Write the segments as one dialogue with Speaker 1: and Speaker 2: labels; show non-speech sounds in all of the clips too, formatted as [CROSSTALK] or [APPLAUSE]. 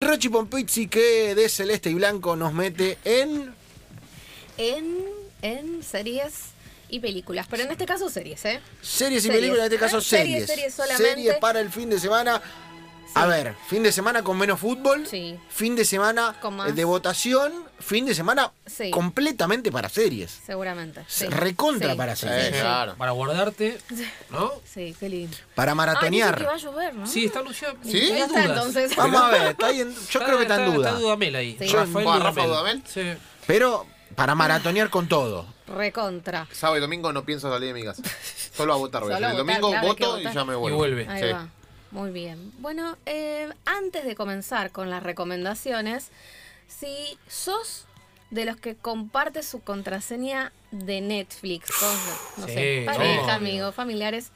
Speaker 1: Rochi Pompizzi que de celeste y blanco nos mete en...
Speaker 2: En, en series y películas, pero en este caso series, ¿eh?
Speaker 1: Series y
Speaker 2: Series.
Speaker 1: películas, en este caso
Speaker 2: Ah,
Speaker 1: series.
Speaker 2: series, series solamente.
Speaker 1: Series para el fin de semana. A ver, fin de semana con menos fútbol,
Speaker 2: Sí.
Speaker 1: fin de semana
Speaker 2: Con más.
Speaker 1: eh, de votación, fin de semana
Speaker 2: Sí.
Speaker 1: completamente para series.
Speaker 2: Seguramente.
Speaker 1: Se-
Speaker 2: Sí.
Speaker 1: recontra
Speaker 2: Sí,
Speaker 1: para
Speaker 2: sí,
Speaker 1: series.
Speaker 2: sí, sí.
Speaker 3: claro.
Speaker 4: Para guardarte, ¿no?
Speaker 2: Sí, qué lindo.
Speaker 1: Para
Speaker 2: Ah, dice que
Speaker 1: maratonear.
Speaker 2: va a llover, ¿no?
Speaker 4: Sí, está Lucía.
Speaker 3: ¿Sí?
Speaker 4: Hay
Speaker 2: Ya está,
Speaker 4: dudas.
Speaker 2: entonces.
Speaker 1: Vamos a ver, está ahí en- yo creo que está en duda.
Speaker 4: Está Dudamel ahí.
Speaker 2: Sí.
Speaker 4: Rafael
Speaker 3: Ah,
Speaker 4: Dudamel.
Speaker 3: Rafa Dudamel.
Speaker 4: Sí.
Speaker 1: Pero para maratonear con todo.
Speaker 2: Recontra.
Speaker 3: Sábado y domingo no pienso salir de mi casa. Solo a votar. voy a
Speaker 2: Solo a
Speaker 3: hacer. el
Speaker 2: votar,
Speaker 3: domingo
Speaker 2: claro, hay que
Speaker 3: voto y
Speaker 2: votar.
Speaker 3: ya me vuelvo.
Speaker 4: Y vuelve.
Speaker 2: Ahí
Speaker 3: Sí.
Speaker 2: va. Muy bien. Bueno, eh, antes de comenzar con las recomendaciones, si sos de los que comparte su contraseña de Netflix con no
Speaker 4: Sí,
Speaker 2: sé,
Speaker 4: sí.
Speaker 2: pareja, amigos, familiares,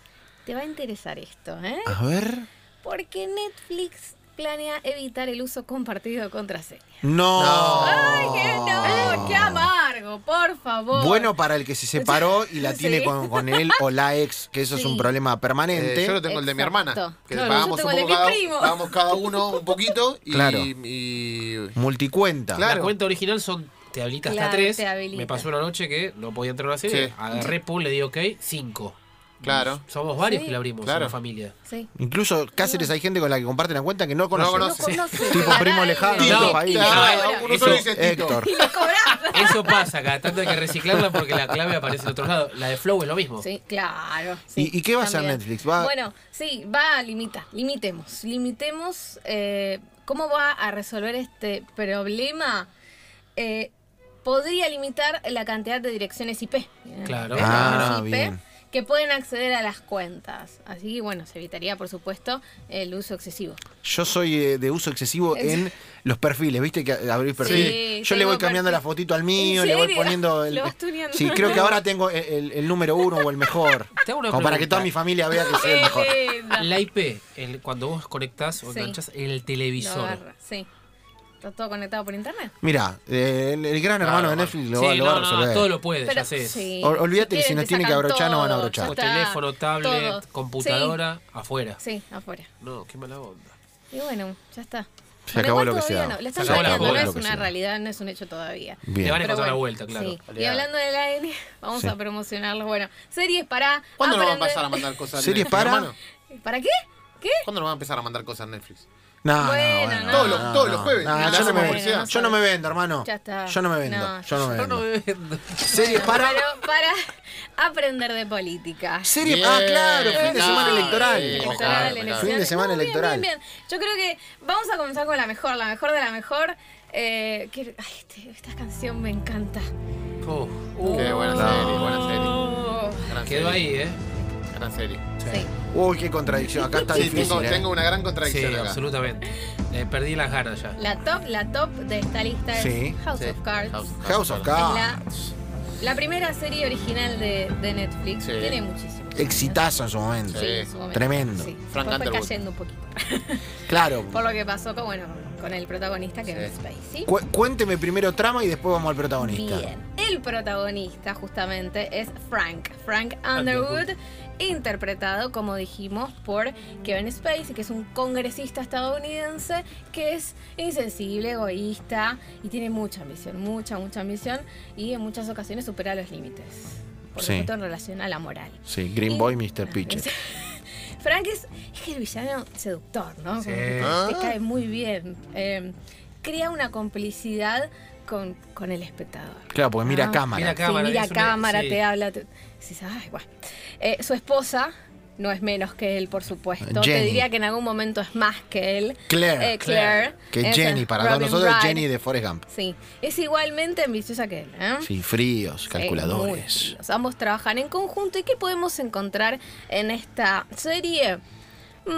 Speaker 2: te va a interesar esto, ¿eh?
Speaker 1: A ver.
Speaker 2: Porque Netflix planea evitar el uso compartido de contraseña.
Speaker 1: No.
Speaker 2: ¡Ay,
Speaker 1: Oh.
Speaker 2: qué, no, qué amargo! Por favor.
Speaker 1: Bueno para el que se separó y la tiene
Speaker 2: [LAUGHS] Sí.
Speaker 1: con, con él o la ex, que eso es un
Speaker 2: Sí.
Speaker 1: problema permanente.
Speaker 3: Eh, yo lo tengo el de mi
Speaker 2: Exacto.
Speaker 3: hermana. Que
Speaker 2: Claro,
Speaker 3: le
Speaker 2: yo
Speaker 3: pagamos
Speaker 2: tengo
Speaker 3: un
Speaker 2: el de
Speaker 3: poco
Speaker 2: mi
Speaker 3: cada,
Speaker 2: primo. [LAUGHS]
Speaker 3: pagamos cada uno un poquito y.
Speaker 1: Claro.
Speaker 3: y-
Speaker 1: Multicuenta.
Speaker 3: Claro.
Speaker 4: La cuenta original son te habilita hasta
Speaker 2: Claro,
Speaker 4: 3.
Speaker 2: te habilita.
Speaker 4: Me pasó una noche que no podía entrar a la serie.
Speaker 3: Sí.
Speaker 4: Agarré pool, le di ok, 5.
Speaker 3: claro.
Speaker 4: Somos varios
Speaker 2: Sí.
Speaker 4: que la abrimos
Speaker 3: Claro.
Speaker 4: en la familia.
Speaker 2: Sí.
Speaker 1: Incluso Cáceres hay gente con la que comparten la cuenta que no conoce.
Speaker 3: conoce.
Speaker 2: No conoces,
Speaker 1: Tipo
Speaker 2: ¿verdad?
Speaker 1: primo lejano,
Speaker 4: Tito,
Speaker 1: otro país.
Speaker 4: Tito.
Speaker 3: Claro, uno
Speaker 4: Eso,
Speaker 3: solo dice Tito.
Speaker 1: Héctor.
Speaker 2: Y lo cobrás.
Speaker 4: Eso pasa acá, tanto hay que reciclarla porque la clave aparece en otro lado. La de Flow es lo mismo.
Speaker 2: Sí, claro.
Speaker 1: ¿Y-
Speaker 2: sí,
Speaker 1: y qué va a hacer
Speaker 2: también.
Speaker 1: Netflix? Va-
Speaker 2: Bueno, sí, va a limitar, limitemos, limitemos eh, cómo va a resolver este problema. Eh, podría limitar la cantidad de direcciones IP. ¿eh?
Speaker 4: Claro.
Speaker 1: Ah,
Speaker 2: Direcciones
Speaker 1: bien.
Speaker 2: que pueden acceder a las cuentas. Así que bueno, se evitaría, por supuesto, el uso excesivo.
Speaker 1: Yo soy eh, de uso excesivo en los perfiles, ¿viste? Que abrís perfil.
Speaker 2: Sí,
Speaker 1: Yo le voy
Speaker 2: tengo
Speaker 1: cambiando
Speaker 2: perfil.
Speaker 1: la fotito al mío,
Speaker 2: ¿En
Speaker 1: le voy
Speaker 2: serio? [LAUGHS]
Speaker 1: poniendo el.
Speaker 2: Lo vas tuneando.
Speaker 1: Sí, creo que
Speaker 2: [LAUGHS]
Speaker 1: ahora tengo el, el- el número uno o el
Speaker 3: [LAUGHS]
Speaker 1: mejor.
Speaker 4: Te hago una
Speaker 1: Como para que
Speaker 4: pregunta.
Speaker 1: toda mi familia vea que soy
Speaker 2: [LAUGHS] Eh,
Speaker 1: el mejor.
Speaker 2: Elena.
Speaker 4: Ah, La IP, el- cuando vos conectás o
Speaker 2: Sí.
Speaker 4: enganchás en el
Speaker 2: Lo
Speaker 4: televisor.
Speaker 2: agarra, sí. ¿Está todo conectado por internet?
Speaker 1: Mira, eh, el, el gran hermano de Netflix lo, va,
Speaker 4: sí,
Speaker 1: lo va
Speaker 4: no,
Speaker 1: a
Speaker 4: no,
Speaker 1: resolver.
Speaker 4: todo lo puede, ya sé.
Speaker 2: sí.
Speaker 1: Ol- olvídate que si
Speaker 2: quieren,
Speaker 1: no
Speaker 2: te
Speaker 1: tienen que
Speaker 2: sacan
Speaker 1: abrochar, no van a
Speaker 2: todo,
Speaker 1: abrochar.
Speaker 2: ya
Speaker 4: O
Speaker 2: está,
Speaker 4: teléfono, tablet,
Speaker 2: todo.
Speaker 4: computadora, afuera.
Speaker 2: Sí, sí, afuera.
Speaker 4: No, qué mala onda.
Speaker 2: Y bueno, ya está.
Speaker 1: Se
Speaker 2: Bueno,
Speaker 1: acabó
Speaker 2: igual
Speaker 1: lo que
Speaker 2: todavía
Speaker 1: sea.
Speaker 2: No. Le
Speaker 1: Se
Speaker 2: están
Speaker 4: acabó la
Speaker 2: planeando, no
Speaker 4: bola,
Speaker 2: es
Speaker 1: lo que
Speaker 2: una
Speaker 1: sea.
Speaker 2: realidad, no es un hecho todavía.
Speaker 1: Bien.
Speaker 4: Le van a
Speaker 2: Pero
Speaker 4: encontrar la
Speaker 2: bueno,
Speaker 4: vuelta, claro.
Speaker 2: sí. Y hablando del ADN, [LAUGHS] vamos
Speaker 1: Sí.
Speaker 2: a promocionarlos. Bueno, series para.
Speaker 3: ¿Cuándo nos van a
Speaker 2: aprender-
Speaker 3: empezar a mandar cosas a
Speaker 1: Series
Speaker 3: Netflix,
Speaker 1: para-
Speaker 3: hermano?
Speaker 2: ¿Para qué? ¿Qué?
Speaker 3: ¿Cuándo nos van a empezar a mandar cosas a Netflix?
Speaker 1: No, no,
Speaker 2: Bueno, no. Todos
Speaker 3: los- todos los jueves,
Speaker 1: No,
Speaker 3: le
Speaker 1: yo, no
Speaker 2: hacemos
Speaker 1: me,
Speaker 2: publicidad.
Speaker 1: yo no me vendo, hermano.
Speaker 2: Ya está.
Speaker 1: Yo no me vendo.
Speaker 2: No.
Speaker 1: yo no me
Speaker 4: Yo no
Speaker 1: vendo.
Speaker 4: me vendo.
Speaker 1: Series para.
Speaker 2: Pero para [LAUGHS] aprender de política.
Speaker 1: Series. Ah, claro, fin de
Speaker 3: Bien.
Speaker 1: semana
Speaker 3: Sí,
Speaker 1: electoral.
Speaker 3: me
Speaker 2: Electoral,
Speaker 3: cago, me
Speaker 2: elecciones.
Speaker 3: cago.
Speaker 1: Fin de semana
Speaker 2: No, bien,
Speaker 1: electoral.
Speaker 2: bien, bien. Yo creo que vamos a comenzar con la mejor, la mejor de la mejor. Eh, que- ay, este- esta canción me encanta.
Speaker 4: Uf, uh,
Speaker 3: Qué buena serie, buena serie.
Speaker 2: Oh,
Speaker 3: Gran
Speaker 4: Quedó
Speaker 3: serie,
Speaker 4: ahí, ¿eh?
Speaker 3: Gran serie.
Speaker 2: sí.
Speaker 1: Uy, qué contradicción. Acá está
Speaker 3: Sí,
Speaker 1: difícil.
Speaker 3: tengo,
Speaker 1: eh.
Speaker 3: tengo una gran
Speaker 4: Sí,
Speaker 3: contradicción acá.
Speaker 4: absolutamente. Le perdí las ganas ya.
Speaker 2: La top, la top de esta lista es
Speaker 1: Sí. Ah.
Speaker 2: House
Speaker 3: Sí,
Speaker 2: of Cards.
Speaker 3: House of
Speaker 1: House of
Speaker 2: Es
Speaker 1: Cards.
Speaker 2: la, la primera serie original de, de Netflix.
Speaker 3: Sí.
Speaker 2: Tiene muchísimos. años.
Speaker 1: Exitazo en su momento.
Speaker 2: Sí, en su momento.
Speaker 1: Tremendo.
Speaker 2: Sí. Después
Speaker 3: Frank
Speaker 2: fue
Speaker 3: Underwood.
Speaker 2: cayendo un poquito.
Speaker 1: Claro.
Speaker 2: Por lo que pasó con, bueno, con el protagonista Kevin Spacey.
Speaker 1: Cu- cuénteme primero trama y después vamos al protagonista.
Speaker 2: Bien. El protagonista justamente es Frank, Frank
Speaker 1: Ah,
Speaker 2: Underwood, interpretado como dijimos por Kevin Spacey, que es un congresista estadounidense que es insensible, egoísta y tiene mucha ambición, mucha, mucha ambición y en muchas ocasiones supera los límites. Por
Speaker 1: Sí.
Speaker 2: supuesto en relación a la moral.
Speaker 1: Sí, Green
Speaker 2: Y-
Speaker 1: Boy, Mr. Pitcher.
Speaker 2: [LAUGHS] Frank es, es que el villano seductor, ¿no?
Speaker 4: Sí.
Speaker 2: Como que
Speaker 3: Ah.
Speaker 2: Te cae muy bien. Eh, crea una complicidad con, con el espectador.
Speaker 1: Claro, porque mira
Speaker 2: Ah.
Speaker 1: cámara.
Speaker 4: Mira
Speaker 2: Sí,
Speaker 4: cámara,
Speaker 2: mira
Speaker 4: es una-
Speaker 2: cámara,
Speaker 4: sí.
Speaker 2: te habla. te- sí, ay, bueno. Eh, su esposa no es menos que él, por supuesto. Te
Speaker 1: Jenny.
Speaker 2: diría que en algún momento es más que él.
Speaker 1: Claire.
Speaker 2: Eh, Claire.
Speaker 1: Que
Speaker 2: Es,
Speaker 1: Jenny,
Speaker 2: eh,
Speaker 1: para todos
Speaker 2: Robin
Speaker 1: nosotros,
Speaker 2: Wright.
Speaker 1: Jenny de Forrest Gump.
Speaker 2: Sí, es igualmente ambiciosa que él. ¿eh?
Speaker 1: Sí, fríos,
Speaker 2: Eh, muy
Speaker 1: calculadores.
Speaker 2: fríos. Ambos trabajan en conjunto. ¿Y qué podemos encontrar en esta serie?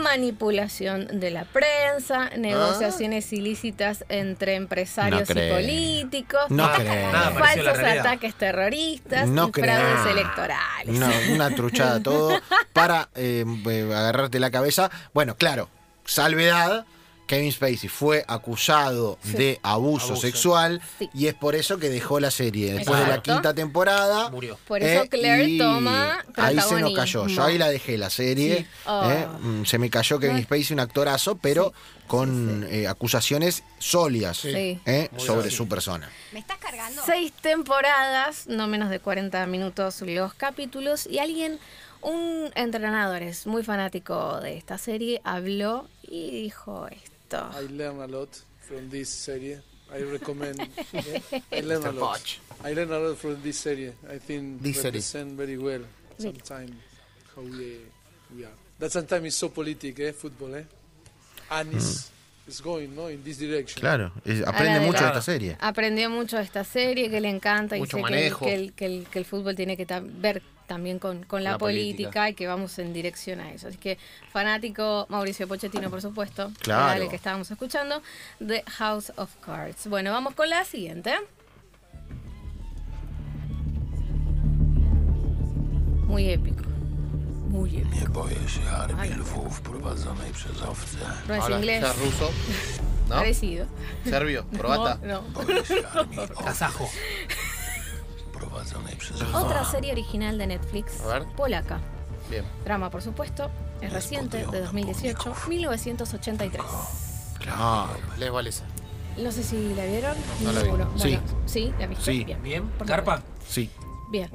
Speaker 2: Manipulación de la prensa,
Speaker 1: Ah.
Speaker 2: negociaciones ilícitas entre empresarios y
Speaker 1: creo.
Speaker 2: políticos,
Speaker 1: No creo.
Speaker 4: Nada parecido a la
Speaker 2: falsos
Speaker 4: realidad.
Speaker 2: ataques terroristas
Speaker 1: No
Speaker 2: y
Speaker 1: creo.
Speaker 2: fraudes electorales.
Speaker 1: No,
Speaker 2: [LAUGHS]
Speaker 1: una truchada todo para eh, eh, agarrarte la cabeza. Bueno, claro, salvedad Kevin Spacey fue acusado
Speaker 2: Sí.
Speaker 1: de abuso,
Speaker 4: Abuso.
Speaker 1: sexual
Speaker 2: Sí.
Speaker 1: y es por eso que dejó la serie. Después de la
Speaker 2: Exacto.
Speaker 1: quinta temporada.
Speaker 4: Murió.
Speaker 2: Por eso
Speaker 1: eh,
Speaker 2: Claire
Speaker 1: y
Speaker 2: toma
Speaker 1: Ahí
Speaker 2: protagonismo.
Speaker 1: se nos cayó. Yo ahí la dejé la serie.
Speaker 4: Sí.
Speaker 2: Oh.
Speaker 1: eh, mm, se me cayó Kevin
Speaker 2: No.
Speaker 1: Spacey, un actorazo, pero con eh, acusaciones sólidas
Speaker 2: Sí.
Speaker 1: eh,
Speaker 3: Muy
Speaker 1: sobre
Speaker 3: sólidas.
Speaker 1: su persona.
Speaker 5: ¿Me estás cargando?
Speaker 2: Seis temporadas, no menos de 40 minutos los capítulos, y alguien, un entrenador, es muy fanático de esta serie, habló y dijo esto.
Speaker 6: I learn a lot from this serie. I recommend. yeah, I learn a
Speaker 3: Mr.
Speaker 6: lot.
Speaker 3: Poch.
Speaker 6: I learn a lot from this serie. I think
Speaker 3: This serie.
Speaker 6: represent very well sometimes how we, we are. That sometimes is so politic, eh? Football, eh? And
Speaker 3: Hmm.
Speaker 6: it's, it's going, no, in this direction.
Speaker 1: Claro, es-
Speaker 2: A la
Speaker 1: aprende
Speaker 2: de
Speaker 1: mucho
Speaker 2: la-
Speaker 1: de esta serie.
Speaker 2: Aprendió mucho de esta serie, que le encanta
Speaker 3: Mucho
Speaker 2: y sé que-
Speaker 3: manejo.
Speaker 2: Que, el, que el- que el fútbol tiene que ta- ver también con, con la,
Speaker 3: La política.
Speaker 2: política. y que vamos en dirección a eso. Así que fanático Mauricio Pochettino, por supuesto,
Speaker 1: Claro.
Speaker 2: el que estábamos escuchando, de House of Cards. Bueno, vamos con la siguiente. Muy épico. Muy épico.
Speaker 7: Nie boję się armii lwów prowadzonej przez owce.
Speaker 2: No es
Speaker 3: Ahora,
Speaker 2: inglés,
Speaker 3: ¿está ruso?
Speaker 2: [LAUGHS]
Speaker 3: ¿No?
Speaker 2: parecido. [LAUGHS]
Speaker 3: ¿Serbio? ¿Croata?
Speaker 2: No, no.
Speaker 7: Boję się armii owce
Speaker 4: Casajo.
Speaker 7: prowadzonej przez
Speaker 2: Otra serie original de Netflix,
Speaker 3: Ah. A ver.
Speaker 2: polaca.
Speaker 3: Bien.
Speaker 2: Drama, por supuesto, es reciente, de 2018, 1983.
Speaker 1: Claro.
Speaker 3: Les vale esa.
Speaker 2: No sé si la vieron.
Speaker 3: No la vi.
Speaker 2: Seguro.
Speaker 1: Sí.
Speaker 2: Bueno, sí, la viste.
Speaker 1: Sí.
Speaker 2: Bien.
Speaker 4: Bien, carpa.
Speaker 1: Sí.
Speaker 2: Bien.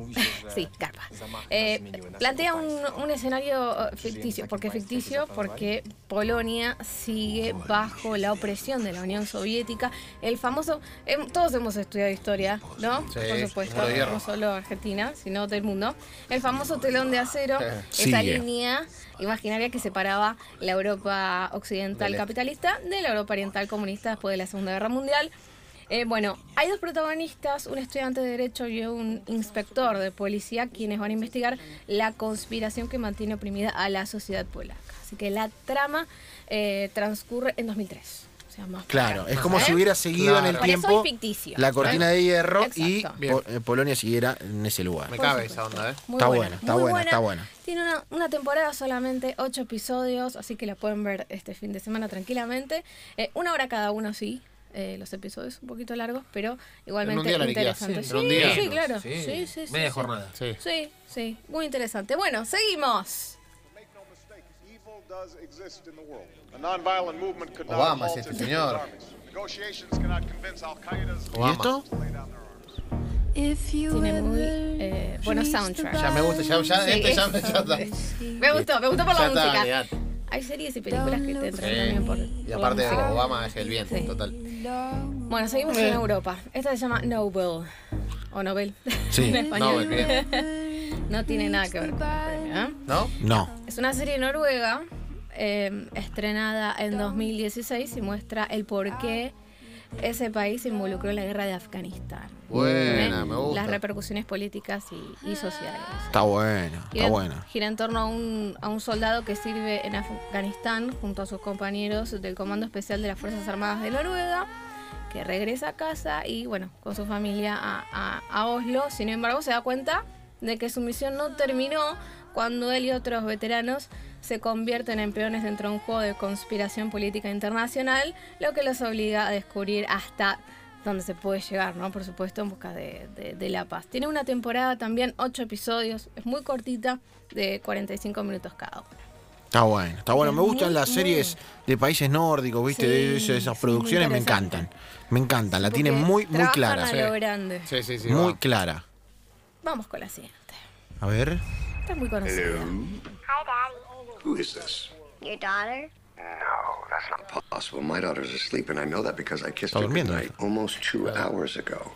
Speaker 2: Sí, carpa. Eh, plantea un, un escenario eh, ficticio. ¿Por qué ficticio? Porque Polonia sigue bajo la opresión de la Unión Soviética. El famoso. em, todos hemos estudiado historia, ¿no?
Speaker 3: Sí,
Speaker 2: Por supuesto.
Speaker 3: muro de hierro.
Speaker 2: No solo Argentina, sino del mundo. El famoso telón de acero,
Speaker 3: Eh.
Speaker 2: esa
Speaker 1: Sigue.
Speaker 2: línea imaginaria que separaba la Europa occidental
Speaker 3: Del este.
Speaker 2: capitalista de la Europa oriental comunista después de la Segunda Guerra Mundial. Eh, bueno, hay dos protagonistas, un estudiante de Derecho y un inspector de policía, quienes van a investigar la conspiración que mantiene oprimida a la sociedad polaca. Así que la trama eh, transcurre en 2003. O sea, más
Speaker 1: Claro,
Speaker 2: para
Speaker 1: es
Speaker 2: acá,
Speaker 1: como
Speaker 2: ¿eh?
Speaker 1: si hubiera seguido en el
Speaker 2: Por eso
Speaker 1: tiempo
Speaker 2: es ficticio.
Speaker 1: la cortina de hierro y
Speaker 2: Exacto.
Speaker 1: Po- eh, Polonia siguiera en ese lugar.
Speaker 3: Me
Speaker 2: Por
Speaker 3: cabe
Speaker 2: supuesto.
Speaker 3: esa onda, ¿eh?
Speaker 2: Muy
Speaker 1: Está buena, está
Speaker 2: muy
Speaker 1: buena, está buena.
Speaker 2: Tiene una, una temporada solamente, ocho episodios, así que la pueden ver este fin de semana tranquilamente. Eh, una hora cada uno, sí. eh, los episodios un poquito largos, pero igualmente
Speaker 3: En un día la liquidás,
Speaker 2: interesantes.
Speaker 3: sí, en un día.
Speaker 2: sí,
Speaker 3: Menos,
Speaker 2: claro. Sí, sí, sí.
Speaker 4: Media
Speaker 2: sí.
Speaker 4: jornada.
Speaker 3: Sí.
Speaker 2: Sí, sí. Muy interesante. Bueno, seguimos.
Speaker 8: Evil does exist in the world. A nonviolent movement could not
Speaker 3: Obama es
Speaker 8: halt
Speaker 3: este
Speaker 8: its
Speaker 3: señor.
Speaker 8: armies. Negotiations cannot convince Al Qaeda's
Speaker 1: ¿Y esto?
Speaker 8: to lay down their arms.
Speaker 2: Tiene muy eh, buenos soundtracks.
Speaker 3: Ya me gusta, ya, ya,
Speaker 2: Sí.
Speaker 3: este ya, me- ya está.
Speaker 2: Me gustó, me gustó por
Speaker 3: Ya
Speaker 2: la
Speaker 3: está,
Speaker 2: música.
Speaker 3: olvidate.
Speaker 2: Hay series y películas que te entran
Speaker 3: Sí.
Speaker 2: también por.
Speaker 3: Y aparte,
Speaker 2: por la música.
Speaker 3: Obama es el bien, total.
Speaker 2: Bueno, seguimos en Europa. Esta se llama Nobel. ¿O Nobel? [LAUGHS]
Speaker 1: Sí.
Speaker 2: en español.
Speaker 3: Nobel,
Speaker 2: no tiene nada que ver con el premio, ¿eh?
Speaker 3: ¿No?
Speaker 1: No.
Speaker 2: Es una serie noruega eh, estrenada en 2016 y muestra el por qué ese país se involucró en la guerra de Afganistán.
Speaker 3: Buena,
Speaker 2: ¿Eh?
Speaker 3: me
Speaker 2: Las
Speaker 3: gusta.
Speaker 2: repercusiones políticas y, y sociales.
Speaker 1: Está bueno, está
Speaker 2: Gira-
Speaker 1: bueno.
Speaker 2: Gira en torno a un, a un soldado que sirve en Afganistán junto a sus compañeros del Comando Especial de las Fuerzas Armadas de Noruega, que regresa a casa y, bueno, con su familia a, a- a Oslo. Sin embargo, se da cuenta de que su misión no terminó cuando él y otros veteranos se convierten en peones dentro de un juego de conspiración política internacional, lo que los obliga a descubrir hasta donde se puede llegar, ¿no? Por supuesto, en busca de, de- de la paz. Tiene una temporada también, ocho episodios, es muy cortita, de 45 minutos cada uno.
Speaker 1: Está bueno, está bueno. Me
Speaker 2: Muy,
Speaker 1: gustan las
Speaker 2: muy
Speaker 1: series de países nórdicos, ¿viste?
Speaker 2: Sí,
Speaker 1: De
Speaker 2: sí,
Speaker 1: esas, esas
Speaker 2: muy
Speaker 1: producciones me
Speaker 2: interesante.
Speaker 1: encantan. Me encantan, la
Speaker 2: Porque
Speaker 1: tienen muy, muy
Speaker 2: trabajan
Speaker 1: clara.
Speaker 2: a lo grande.
Speaker 3: Sí, sí, sí.
Speaker 1: Muy
Speaker 3: va.
Speaker 1: clara.
Speaker 2: Vamos con la siguiente.
Speaker 1: A ver.
Speaker 2: Está muy conocida.
Speaker 5: Hi, Daddy.
Speaker 7: Who is this?
Speaker 5: Your daughter?
Speaker 7: No, that's not possible. My daughter's asleep, and I know that because I kissed
Speaker 1: Está
Speaker 7: her
Speaker 1: durmiendo.
Speaker 7: goodnight almost two hours ago.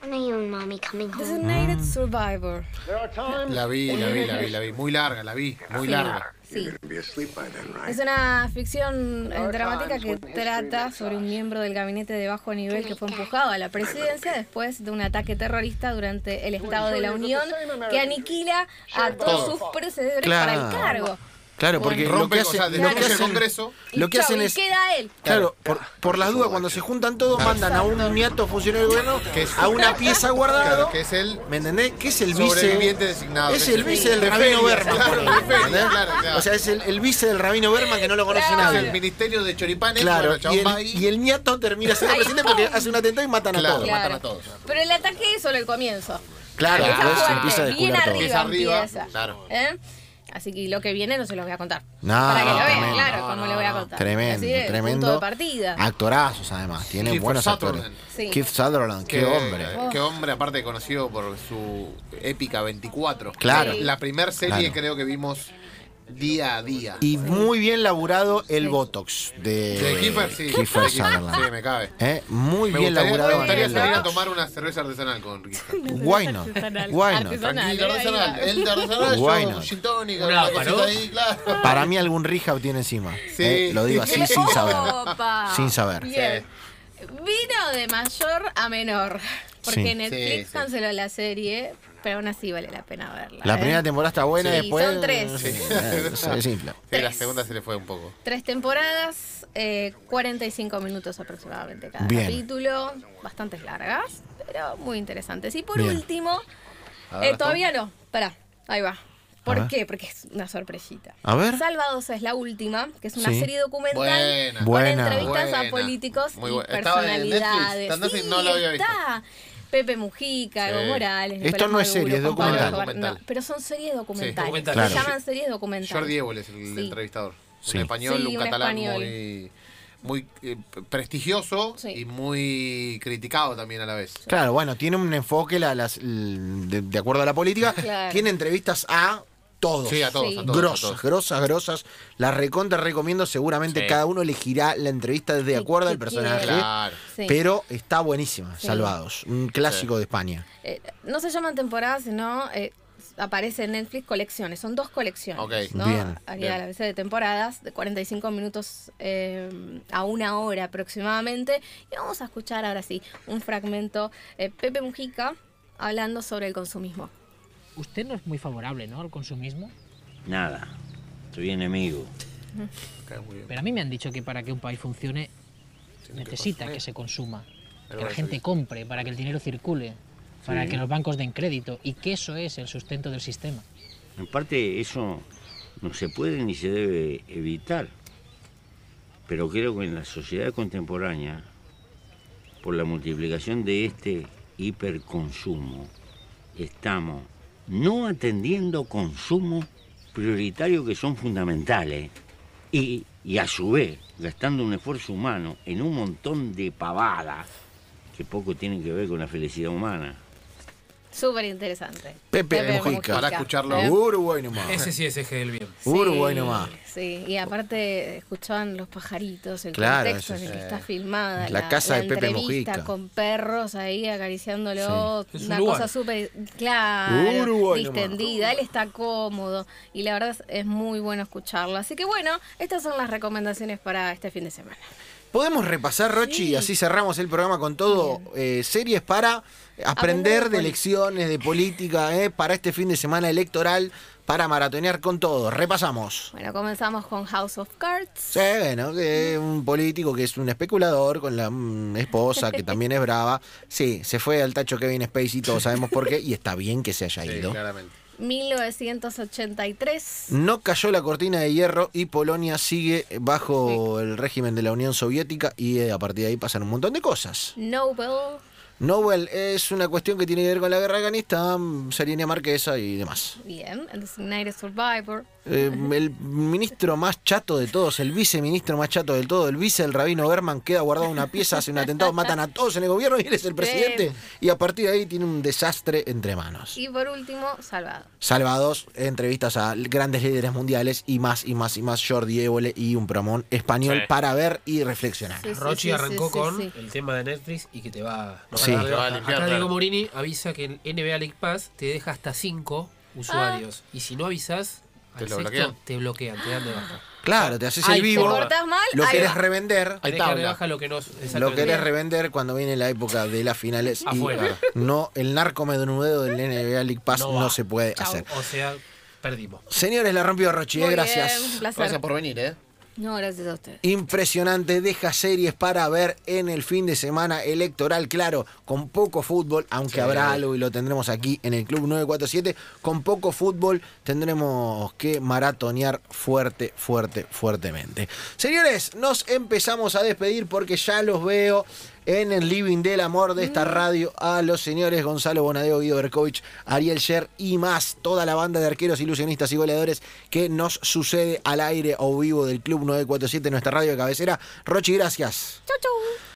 Speaker 5: When are you and mommy coming home?
Speaker 2: Designated Survivor.
Speaker 8: There are times
Speaker 3: La vi, la vi, la vi, la vi. Muy larga, la vi, muy
Speaker 2: Sí,
Speaker 3: larga.
Speaker 2: Sí.
Speaker 7: You're gonna be asleep by then, right?
Speaker 2: Es una ficción eh, dramática que trata sobre un miembro del gabinete de bajo nivel que fue empujado a la presidencia después de un ataque terrorista durante el Estado de la Unión que aniquila a todos sus precededores para el
Speaker 1: Claro.
Speaker 2: cargo.
Speaker 1: Claro, porque
Speaker 2: Bueno.
Speaker 1: lo que
Speaker 3: Rompe, o
Speaker 1: hacen,
Speaker 3: sea,
Speaker 1: lo que
Speaker 3: desnoche el
Speaker 1: hacen-
Speaker 3: Congreso.
Speaker 1: lo que
Speaker 2: Chau,
Speaker 1: hacen
Speaker 2: y
Speaker 1: es,
Speaker 2: queda él.
Speaker 1: claro, por, por las dudas, cuando se juntan todos, mandan a un niato funcionario del gobierno
Speaker 3: Que es-
Speaker 1: a una pieza guardado,
Speaker 3: Claro, que es el
Speaker 1: ¿me entendés? Que es el
Speaker 3: eh,
Speaker 1: vice...
Speaker 3: sobreviviente designado.
Speaker 1: Es el vice del
Speaker 3: de
Speaker 1: Rabino
Speaker 3: feria,
Speaker 1: Berman.
Speaker 3: Claro,
Speaker 1: ponele,
Speaker 3: de feria,
Speaker 1: ¿entendés?
Speaker 3: claro, claro.
Speaker 1: O sea, es el, el vice del Rabino Berman que no lo conoce
Speaker 3: es
Speaker 1: nadie.
Speaker 3: el ministerio de choripanes.
Speaker 1: Claro,
Speaker 3: bueno, el chabón
Speaker 1: y,
Speaker 3: va
Speaker 1: el,
Speaker 3: ahí.
Speaker 1: y el ñato termina siendo
Speaker 2: Ahí,
Speaker 1: presidente porque hace un atentado y matan
Speaker 3: Claro,
Speaker 1: a todos.
Speaker 3: matan
Speaker 2: Claro.
Speaker 3: a todos.
Speaker 2: Pero el ataque es solo el comienzo.
Speaker 1: Claro,
Speaker 2: Empieza
Speaker 1: entonces empieza
Speaker 2: fuerte,
Speaker 1: a
Speaker 2: bien
Speaker 1: descubrir todo.
Speaker 2: arriba,
Speaker 3: Empieza arriba,
Speaker 2: empieza.
Speaker 3: claro.
Speaker 2: ¿Eh? Así que lo que viene no se los voy a contar.
Speaker 1: No,
Speaker 2: Para que
Speaker 1: no,
Speaker 2: lo vean,
Speaker 1: tremendo.
Speaker 2: claro, cómo le voy a contar.
Speaker 1: Tremendo,
Speaker 2: Así es, Punto
Speaker 1: tremendo.
Speaker 2: de partida.
Speaker 1: Actorazos además, tiene
Speaker 3: Kiefer
Speaker 1: buenos
Speaker 3: Sutherland.
Speaker 1: actores.
Speaker 2: Sí.
Speaker 1: Keith Sutherland, qué hombre.
Speaker 3: Qué eh, hombre, aparte conocido por su épica 24.
Speaker 1: Claro.
Speaker 3: La primera serie
Speaker 1: Claro.
Speaker 3: creo que vimos día a día.
Speaker 1: Y muy bien laburado el Botox de,
Speaker 3: de Kiefer,
Speaker 1: Kiefer
Speaker 3: sí. De Kiefer,
Speaker 1: Sutherland.
Speaker 3: Sí, me cabe.
Speaker 1: Eh, Muy
Speaker 3: Me
Speaker 1: bien
Speaker 3: gustaría, me
Speaker 1: laburado
Speaker 3: gustaría
Speaker 1: el
Speaker 3: salir a
Speaker 1: Botox.
Speaker 3: tomar una cerveza artesanal
Speaker 2: [LAUGHS]
Speaker 3: con Kiefer.
Speaker 1: Why not? Why not?
Speaker 2: Artesanal,
Speaker 3: Tranquilo,
Speaker 2: eh, ahí va.
Speaker 3: artesanal. El de artesanal,
Speaker 1: Why
Speaker 3: yo,
Speaker 1: not?
Speaker 3: gin tónica,
Speaker 4: Una
Speaker 3: una cosita
Speaker 4: paro.
Speaker 3: ahí, claro.
Speaker 1: Para mí algún rehab tiene encima.
Speaker 3: Sí.
Speaker 1: eh, lo digo así
Speaker 2: [LAUGHS]
Speaker 1: sin
Speaker 2: Oh,
Speaker 1: saber.
Speaker 2: Opa.
Speaker 1: Sin saber.
Speaker 2: Bien. Vino de mayor a menor. Porque
Speaker 1: Sí.
Speaker 2: Netflix
Speaker 3: Sí, sí.
Speaker 2: canceló la serie, pero aún así vale la pena verla.
Speaker 1: La
Speaker 2: ¿eh?
Speaker 1: primera temporada está buena,
Speaker 2: Sí,
Speaker 1: después.
Speaker 2: son tres.
Speaker 1: Sí, eh, es simple.
Speaker 3: Sí, la
Speaker 2: Tres.
Speaker 3: segunda se le fue un poco.
Speaker 2: Tres temporadas, eh, 45 minutos aproximadamente cada
Speaker 1: Bien.
Speaker 2: capítulo, bastantes largas, pero muy interesantes. Y por
Speaker 1: Bien.
Speaker 2: último,
Speaker 3: A
Speaker 2: eh,
Speaker 3: ver,
Speaker 2: todavía no, pará, ahí va.
Speaker 1: A ver.
Speaker 2: ¿Por qué? Porque es una sorpresita.
Speaker 1: A ver.
Speaker 2: Salvados es la última, que es una
Speaker 1: Sí.
Speaker 2: serie documental
Speaker 3: Buena.
Speaker 2: con
Speaker 1: Buena.
Speaker 2: entrevistas a
Speaker 3: Buena.
Speaker 2: políticos
Speaker 3: Muy
Speaker 2: y
Speaker 3: buena. Estaba en Netflix.
Speaker 2: personalidades.
Speaker 3: Está en Netflix,
Speaker 2: Sí,
Speaker 3: no la había visto.
Speaker 2: está. Pepe Mujica,
Speaker 3: Sí.
Speaker 2: Evo Morales.
Speaker 1: Esto
Speaker 2: Nicolás
Speaker 1: no es serie, es
Speaker 2: Maduro, Juan Pablo
Speaker 3: documental.
Speaker 2: Escobar. No, pero son series documentales.
Speaker 4: documental.
Speaker 2: Se
Speaker 1: Claro.
Speaker 2: llaman series documentales.
Speaker 3: Jordi Évole es el
Speaker 2: Sí.
Speaker 3: entrevistador.
Speaker 1: Sí.
Speaker 3: Un español,
Speaker 2: Sí,
Speaker 3: un
Speaker 2: un
Speaker 3: catalán
Speaker 2: español.
Speaker 3: muy, muy eh, p- prestigioso
Speaker 2: Sí.
Speaker 3: y muy criticado también a la vez.
Speaker 1: Claro, bueno, tiene un enfoque la- las, l- de, de acuerdo a la política.
Speaker 2: Claro.
Speaker 1: Tiene entrevistas a todos.
Speaker 3: Sí, a todos,
Speaker 2: Sí.
Speaker 3: a todos. a
Speaker 1: grosas,
Speaker 3: todos.
Speaker 1: grosas, grosas. Las recontra recomiendo. Seguramente
Speaker 3: Sí.
Speaker 1: cada uno elegirá la entrevista de acuerdo
Speaker 2: que
Speaker 1: al personaje.
Speaker 2: quiera.
Speaker 3: Claro.
Speaker 2: Sí.
Speaker 1: Pero está buenísima,
Speaker 2: Sí.
Speaker 1: Salvados. Un clásico de España.
Speaker 2: Eh, no se llaman temporadas, sino eh, aparece en Netflix colecciones. Son dos colecciones.
Speaker 3: Ok.
Speaker 2: ¿no?
Speaker 1: Bien,
Speaker 2: Haría
Speaker 3: bien.
Speaker 2: la veces de temporadas, de 45 minutos eh, a una hora aproximadamente. Y vamos a escuchar ahora sí un fragmento. eh, Pepe Mujica hablando sobre el consumismo.
Speaker 9: Usted no es muy favorable, ¿no? Al consumismo.
Speaker 10: Nada, soy enemigo.
Speaker 9: Pero a mí me han dicho que para que un país funcione necesita que se consuma, que la gente compre, para que el dinero circule, para que los bancos den crédito y que eso es el sustento del sistema.
Speaker 10: En parte eso no se puede ni se debe evitar. Pero creo que en la sociedad contemporánea, por la multiplicación de este hiperconsumo, estamos no atendiendo consumos prioritarios que son fundamentales y, y a su vez gastando un esfuerzo humano en un montón de pavadas que poco tienen que ver con la felicidad humana.
Speaker 2: Súper interesante.
Speaker 1: Pepe Mujica.
Speaker 3: Para escucharlo.
Speaker 2: ¿Eh?
Speaker 1: Uruguay nomás.
Speaker 4: Ese sí es eje del bien.
Speaker 2: Sí,
Speaker 1: Uruguay nomás.
Speaker 2: Sí, y aparte escuchaban los pajaritos, el
Speaker 1: Claro,
Speaker 2: contexto
Speaker 1: eso
Speaker 2: en el que
Speaker 1: sí.
Speaker 2: está filmada.
Speaker 1: La casa de Pepe
Speaker 2: entrevista
Speaker 1: Mujica.
Speaker 2: con perros ahí acariciándolo.
Speaker 4: Sí. Es
Speaker 2: Una
Speaker 4: Uruguay.
Speaker 2: cosa súper claro,
Speaker 1: Uruguay nomás.
Speaker 2: distendida. Él está cómodo y la verdad es- es muy bueno escucharlo. Así que bueno, estas son las recomendaciones para este fin de semana.
Speaker 1: Podemos repasar, Rochi, y así cerramos el programa con todo. eh, series para aprender
Speaker 2: Aprender de
Speaker 1: de
Speaker 2: poli-
Speaker 1: elecciones, de política, eh, para este fin de semana electoral, para maratonear con todo. Repasamos.
Speaker 2: Bueno, comenzamos con House of Cards.
Speaker 1: Sí, bueno, sí, un político que es un especulador con la mm, esposa
Speaker 2: [LAUGHS]
Speaker 1: que también es brava. Sí, se fue al tacho Kevin Spacey, todos sabemos por qué, y está bien que se haya
Speaker 3: Sí,
Speaker 1: ido.
Speaker 3: claramente.
Speaker 2: 1983.
Speaker 1: No cayó la cortina de hierro y Polonia sigue bajo el régimen de la Unión Soviética y eh, a partir de ahí pasan un montón de cosas.
Speaker 2: Nobel.
Speaker 1: Nobel es una cuestión que tiene que ver con la guerra de Afganistán, Sarinia Marquesa y demás.
Speaker 2: Bien. And Designated Survivor.
Speaker 1: Eh, el ministro más chato de todos, el viceministro más chato de todo, el vice del rabino Berman queda guardado en una pieza, hace un atentado, matan a todos en el gobierno y él es el presidente. Y a partir de ahí tiene un desastre entre manos.
Speaker 2: Y por último, Salvado.
Speaker 1: Salvados, entrevistas a grandes líderes mundiales y más y más y más Jordi Évole y un promón español para ver y reflexionar.
Speaker 2: Sí, sí,
Speaker 4: Rochi
Speaker 2: sí,
Speaker 4: arrancó
Speaker 2: sí, sí,
Speaker 4: con
Speaker 2: sí.
Speaker 4: el tema de Netflix y que te va, nos
Speaker 1: Sí.
Speaker 4: va a dar-
Speaker 3: Te va a
Speaker 4: acá
Speaker 3: limpiar,
Speaker 4: Diego
Speaker 3: claro.
Speaker 4: Morini avisa que en NBA League Pass te deja hasta 5
Speaker 2: Ah.
Speaker 4: usuarios. Y si no avisas,
Speaker 3: Te
Speaker 4: al
Speaker 3: lo
Speaker 4: sexto
Speaker 3: bloquean.
Speaker 4: te bloquean, te dan de baja.
Speaker 1: Claro, te haces
Speaker 4: Ahí
Speaker 1: el vivo,
Speaker 4: te
Speaker 2: cortás mal,
Speaker 1: lo
Speaker 2: ahí
Speaker 1: querés
Speaker 2: va.
Speaker 1: revender.
Speaker 3: Hay
Speaker 4: Tenés que dar de
Speaker 3: tabla.
Speaker 4: baja lo que no
Speaker 1: Lo
Speaker 4: exactamente.
Speaker 1: querés revender cuando viene la época de las finales. y
Speaker 4: Afuera.
Speaker 1: no, el narco medunudeo del NBA League Pass no,
Speaker 4: No va.
Speaker 1: se puede hacer.
Speaker 4: O sea, Perdimos.
Speaker 1: Señores, la rompió Rochi, eh,
Speaker 2: Muy
Speaker 1: gracias.
Speaker 2: bien, un placer.
Speaker 3: Gracias por venir, ¿eh?
Speaker 2: No, gracias a ustedes.
Speaker 1: Impresionante, deja series para ver en el fin de semana electoral, claro, con poco fútbol, aunque habrá algo y lo tendremos aquí en el Club 947, con poco fútbol tendremos que maratonear fuerte, fuerte, fuertemente. Señores, nos empezamos a despedir porque ya los veo en el Living del Amor de esta radio a los señores Gonzalo Bonadeo, Guido Berkovich, Ariel Sher y más, toda la banda de arqueros, ilusionistas y goleadores que nos sucede al aire o vivo del Club 947, nuestra radio de cabecera. Rochi, gracias.